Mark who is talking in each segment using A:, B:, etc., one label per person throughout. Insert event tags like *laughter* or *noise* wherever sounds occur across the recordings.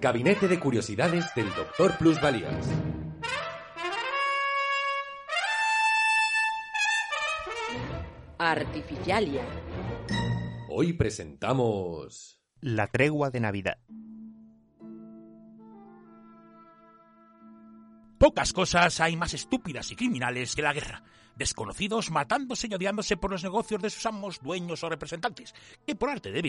A: Gabinete de Curiosidades del Doctor Plus Valías.
B: Artificialia.
A: Hoy presentamos.
C: La tregua de Navidad.
D: Pocas cosas hay más estúpidas y criminales que la guerra. Desconocidos matándose y odiándose por los negocios de sus amos, dueños o representantes, que por arte de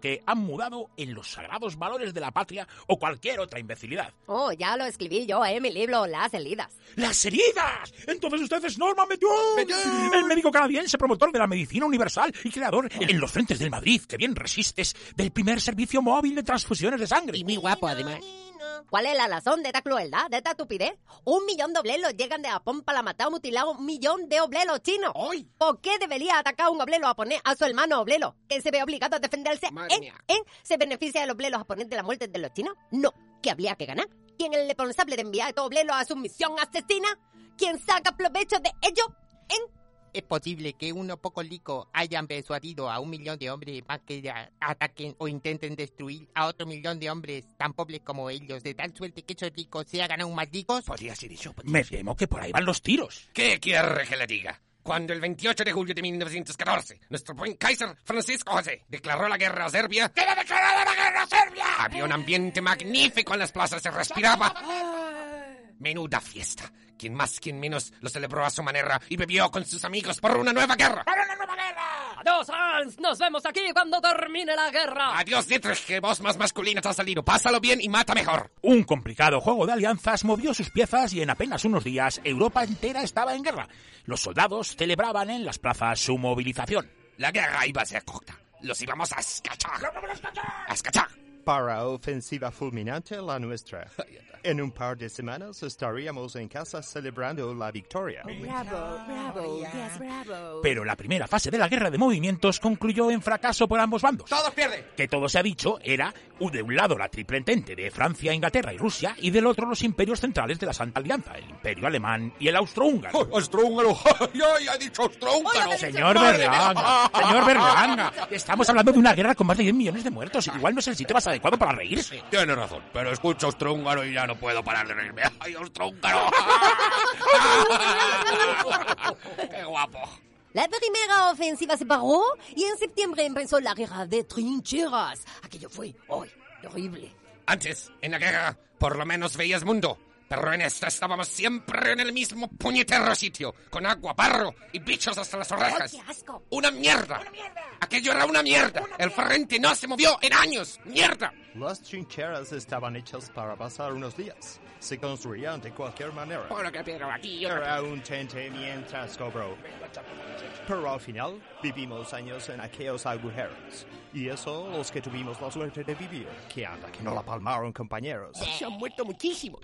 D: que han mudado en los sagrados valores de la patria o cualquier otra imbecilidad.
E: Oh, ya lo escribí yo, ¿eh? Mi libro, Las heridas.
D: ¡Las heridas! Entonces usted es Norman Bethune,
A: Bethune.
D: el médico canadiense promotor de la medicina universal y creador en los frentes del Madrid, que bien resistes, del primer servicio móvil de transfusiones de sangre.
F: Y muy guapo, además.
E: ¿Cuál es la razón de esta crueldad, de esta estupidez? Un millón de obleros llegan de Japón para matar a mutilado un millón de obleros chinos.
F: ¡Ay!
E: ¿Por qué debería atacar a un oblero japonés a su hermano oblero, que se ve obligado a defenderse?
F: Madre
E: ¿Eh?
F: mía.
E: ¿Eh? ¿Se beneficia el oblero japonés de la muerte de los chinos? No. ¿Qué habría que ganar? ¿Quién es el responsable de enviar a estos obleros a su misión asesina? ¿Quién saca provecho de ello? ¿Eh?
F: Es posible que unos pocos licos hayan persuadido a un millón de hombres más que ya ataquen o intenten destruir a otro millón de hombres tan pobres como ellos, de tal suerte que esos ricos se hagan aún más ricos.
D: Podría ser
F: "Oh,
D: eso.
F: pues,
D: Me temo que por ahí van los tiros.
G: ¿Qué quiere que le diga? Cuando el 28 de julio de 1914, nuestro buen Kaiser Francisco José declaró la guerra a Serbia, ¡que le declarado la guerra a Serbia! Había un ambiente magnífico en las plazas, se respiraba. Menuda fiesta. Quien más, quien menos, lo celebró a su manera y bebió con sus amigos por una nueva guerra. ¡Para una nueva guerra!
B: Adiós, Hans. Nos vemos aquí cuando termine la guerra.
G: Adiós, Dietrich, que voz más masculina te ha salido. Pásalo bien y mata *laughs* mejor.
D: Un complicado juego de alianzas movió sus piezas y en apenas unos días Europa entera estaba en guerra. Los soldados celebraban en las plazas su movilización.
G: La guerra iba a ser corta. Los íbamos a escachar. ¡A escachar!
C: Para ofensiva fulminante la nuestra. En un par de semanas estaríamos en casa celebrando la victoria.
F: Oh,
E: Bravo, bravo, yes, bravo.
D: Pero la primera fase de la guerra de movimientos concluyó en fracaso por ambos bandos.
G: ¡Todos pierden!
D: Que todo se ha dicho era, u- de un lado la triple entente de Francia, Inglaterra y Rusia, y del otro los imperios centrales de la Santa Alianza, el imperio alemán y el austrohúngaro.
G: ¡Austrohúngaro! ¡Yo ya he dicho austrohúngaro!
D: Señor
G: Madre
D: Berlanga,
G: mía.
D: señor Berlanga, estamos hablando de una guerra con más de 10 millones de muertos. Igual no es el sitio más adecuado para reírse.
G: Tiene razón, pero escucho austrohúngaro y ya no puedo parar de reírme. ¡Ay, austrohúngaro! ¡Qué guapo!
E: *laughs* La primera ofensiva se paró y en septiembre empezó la guerra de trincheras. Aquello fue hoy horrible.
G: Antes, en la guerra, por lo menos veías mundo. Pero en esta estábamos siempre en el mismo puñetero sitio, con agua, barro y bichos hasta las orejas.
E: ¡Ay, qué asco!
G: ¡Una mierda! Aquello era una mierda. El frente no se movió en años. ¡Mierda!
C: Las trincheras estaban hechas para pasar unos días. Se construían de cualquier manera.
F: Por Oh, lo que pero aquí yo-
C: Era un tente mientras cobró. Pero al final vivimos años en aquellos agujeros. Y eso los que tuvimos la suerte de vivir. Que anda, que no la palmaron compañeros.
F: Se han muerto muchísimos.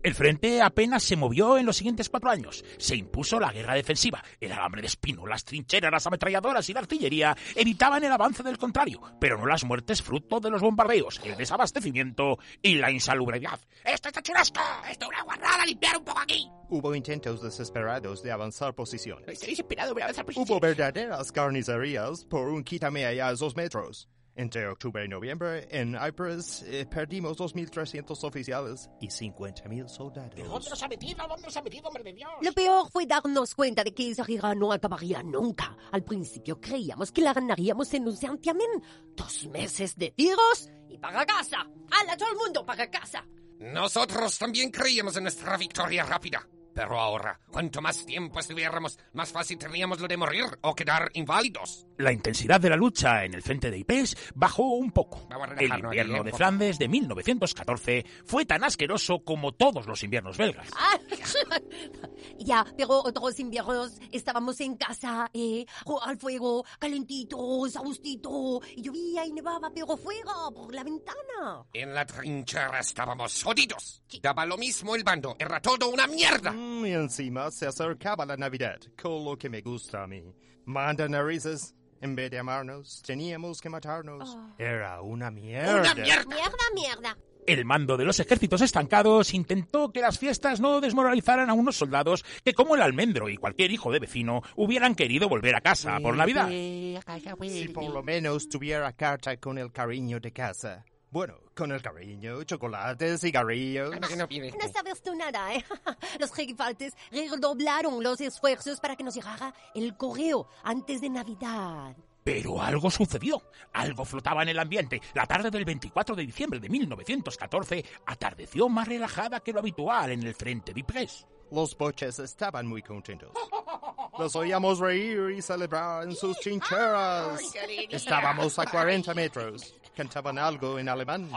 D: El frente apenas se movió en los siguientes cuatro años. Se impuso la guerra defensiva. El alambre de espino, las trincheras, las ametralladoras y la artillería evitaban el avance del contrario, pero no las muertes fruto de los bombardeos, el desabastecimiento y la insalubridad. ¡Esto está churrasco! ¡Esto es una guarrada! ¡Limpiar un poco aquí!
C: Hubo intentos desesperados de avanzar posiciones.
F: Estoy desesperado por avanzar por
C: Hubo verdaderas carnicerías por un quítame allá a dos metros. Entre octubre y noviembre, en Ypres, eh, perdimos 2.300 oficiales y 50.000
F: ¿Dónde
C: soldados.
F: nos ha metido? ¿Dónde nos ha metido, hombre de Dios?
E: Lo peor fue darnos cuenta de que esa guerra no acabaría nunca. Al principio creíamos que la ganaríamos en un santiamén. Dos meses de tiros y para casa. ¡Hala, todo el mundo para casa!
G: Nosotros también creíamos en nuestra victoria rápida. Pero ahora, cuanto más tiempo estuviéramos, más fácil teníamos lo de morir o quedar inválidos.
D: La intensidad de la lucha en el frente de IPES bajó un poco.
G: Vamos a
D: el
G: relajarnos aquí ¿eh?
D: invierno
G: un
D: de
G: poco.
D: Flandes de 1914 fue tan asqueroso como todos los inviernos belgas.
E: Ah, *laughs* ya, pero otros inviernos estábamos en casa, ¿eh? Jo- Al fuego, calentitos, a gustito. Y llovía y nevaba, pero fuera, por la ventana.
G: En la trinchera estábamos jodidos. Daba lo mismo el bando. Era todo una mierda.
C: Mm, y encima se acercaba la Navidad, con lo que me gusta a mí. Manda narices. En vez de amarnos, teníamos que matarnos. Era una mierda.
G: Ah. ¡Una mierda!
E: Mierda, mierda.
D: El mando de los ejércitos estancados intentó que las fiestas no desmoralizaran a unos soldados que, como el almendro y cualquier hijo de vecino, hubieran querido volver a casa por Navidad.
F: Eh, a casa
C: Si
F: vuelve.
C: por lo menos tuviera carta con el cariño de casa. Bueno, con el cariño, chocolates, cigarrillos.
G: Bueno, que no viene.
E: No sabes tú nada, ¿eh? *laughs* Los jefaltes redoblaron los esfuerzos para que nos llegara el correo antes de Navidad.
D: Pero algo sucedió, algo flotaba en el ambiente. La tarde del 24 de diciembre de 1914 atardeció más relajada que lo habitual en el frente de Ypres.
C: Los boches estaban muy contentos. Los oíamos reír y celebrar en sus trincheras. Estábamos a 40 metros. Cantaban algo en alemán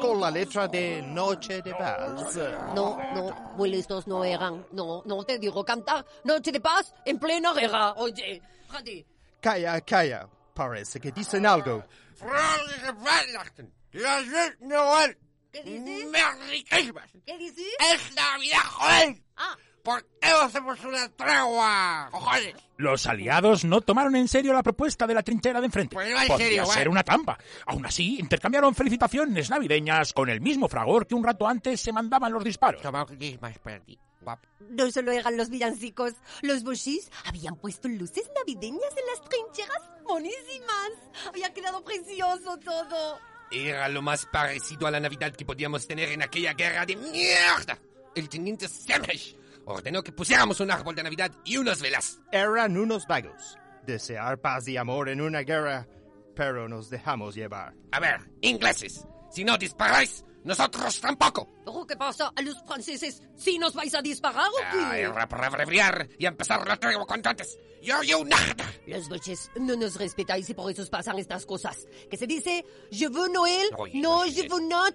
C: con la letra de Noche de Paz.
E: No, no, pues estos no eran. No, no te digo cantar Noche de Paz en plena guerra. Oye, Freddy.
C: Calla, calla. Parece que dicen algo.
G: Fröhliche Weihnachten. Las Luz Noel.
E: ¿Qué dices?
G: Merry Christmas.
E: ¿Qué dices?
G: Es Navidad, joder.
E: Ah,
G: ¿Por qué no hacemos una tregua? Cojones.
D: Los aliados no tomaron en serio la propuesta de la trinchera de enfrente.
G: Pues va en
D: Podría
G: serio, va.
D: ser una trampa. Aún así, intercambiaron felicitaciones navideñas con el mismo fragor que un rato antes se mandaban los disparos.
F: Toma un gris más para ti, guapo.
E: no solo eran los villancicos, los bochis habían puesto luces navideñas en las trincheras buenísimas. Había quedado precioso todo.
G: Era lo más parecido a la Navidad que podíamos tener en aquella guerra de mierda. El teniente Semrich ordenó que pusiéramos un árbol de Navidad y unas velas.
C: Eran unos vagos. Desear paz y amor en una guerra, pero nos dejamos llevar.
G: A ver, ingleses, si no disparáis, nosotros tampoco.
E: Pero, ¿qué pasa a los franceses? ¿Si nos vais a disparar o qué?
G: Ah, era para abreviar y empezar la tregua cuanto antes. Yo, yo, nada.
E: Los boches no nos respetáis y por eso os pasan estas cosas. Que se dice, je veux Noël,
G: Oye,
E: no,
G: oye.
E: je veux not.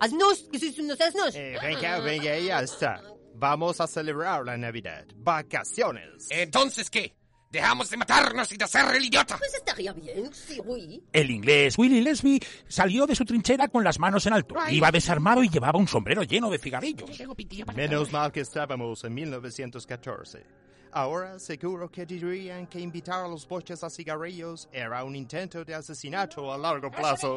E: Haznos, que sois unos asnos.
C: Eh, venga, venga, ya está. Vamos a celebrar la Navidad. Vacaciones.
G: Entonces, ¿qué? ¿Dejamos de matarnos y de ser el idiota?
E: Pues estaría bien, sí, oui.
D: El inglés Willy Lesby salió de su trinchera con las manos en alto. Iba desarmado y llevaba un sombrero lleno de cigarrillos.
F: Tengo pitillo para
C: Menos mal que estábamos en 1914. Ahora seguro que dirían que invitar a los boches a cigarrillos era un intento de asesinato a largo plazo.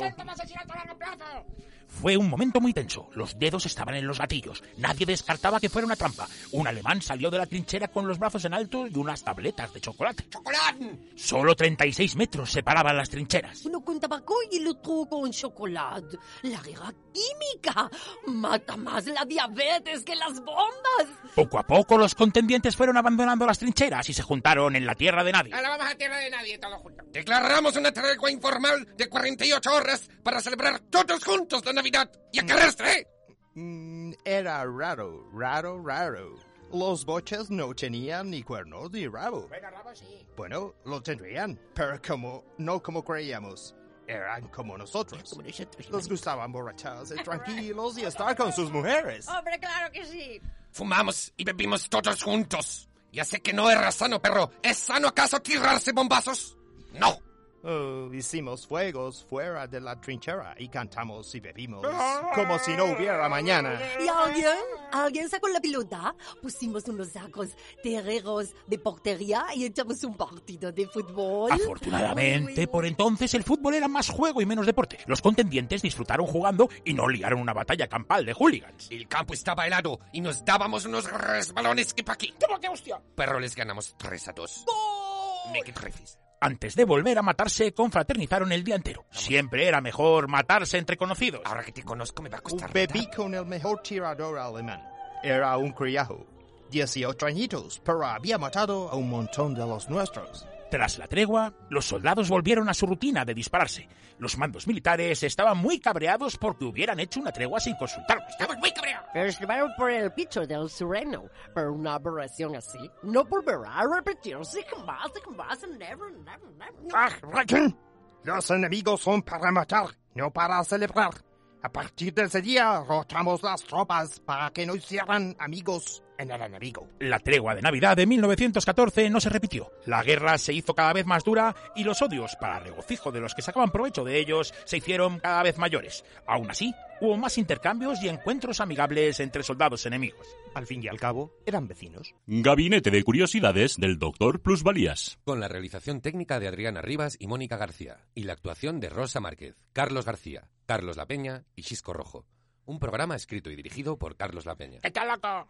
D: Fue un momento muy tenso. Los dedos estaban en los gatillos. Nadie descartaba que fuera una trampa. Un alemán salió de la trinchera con los brazos en alto y unas tabletas de chocolate.
G: ¡Chocolate!
D: Solo 36 metros separaban las trincheras.
E: Uno con tabaco y el otro con chocolate. La guerra química mata más la diabetes que las bombas.
D: Poco a poco los contendientes fueron abandonando las trincheras y se juntaron en la tierra de nadie.
G: A la vamos a tierra de nadie, todos juntos. Declaramos una tregua informal de 48 horas para celebrar todos juntos la Navidad y a quererse, ¿eh?
C: Mm, Era raro, raro, raro. Los boches no tenían ni cuernos ni rabo. Bueno, lo tendrían, pero como no como creíamos. Eran como nosotros.
F: nosotros,
C: Les gustaban *laughs* borracharse tranquilos y estar con sus mujeres.
E: Hombre, claro que sí.
G: Fumamos y bebimos todos juntos. Ya sé que no era sano, pero ¿es sano acaso tirarse bombazos? No.
C: Oh, hicimos fuegos fuera de la trinchera y cantamos y bebimos como si no hubiera mañana.
E: ¿Y alguien? ¿Alguien sacó la pelota? Pusimos unos sacos terreros de portería y echamos un partido de fútbol.
D: Afortunadamente, por entonces el fútbol era más juego y menos deporte. Los contendientes disfrutaron jugando y no liaron una batalla campal de hooligans.
G: El campo estaba helado y nos dábamos unos resbalones que pa' aquí. Pero les ganamos 3 a 2. ¿De qué te refieres?
D: Antes de volver a matarse, confraternizaron el día entero. Siempre era mejor matarse entre conocidos.
G: Ahora que te conozco me va a costar.
C: Bebí con el mejor tirador alemán. Era un criajo. 18 añitos, pero había matado a un montón de los nuestros.
D: Tras la tregua, los soldados volvieron a su rutina de dispararse. Los mandos militares estaban muy cabreados porque hubieran hecho una tregua sin consultarlos.
G: Estamos muy cabreados.
E: Es llevado por el picho del sereno, pero una aberración así no volverá a repetirse jamás, jamás, never, never, never.
C: ¡Ah, Raquel! Los enemigos son para matar, no para celebrar. A partir de ese día, rotamos las tropas para que no hicieran amigos en el enemigo.
D: La tregua de Navidad de 1914 no se repitió. La guerra se hizo cada vez más dura y los odios, para regocijo de los que sacaban provecho de ellos, se hicieron cada vez mayores. Aún así, hubo más intercambios y encuentros amigables entre soldados enemigos.
C: Al fin y al cabo, eran vecinos.
H: Gabinete de Curiosidades del Doctor Plusvalías.
A: Con la realización técnica de Adriana Rivas y Mónica García. Y la actuación de Rosa Márquez, Carlos García, Carlos La Peña y Chisco Rojo. Un programa escrito y dirigido por Carlos La Peña.
F: ¡Está loco!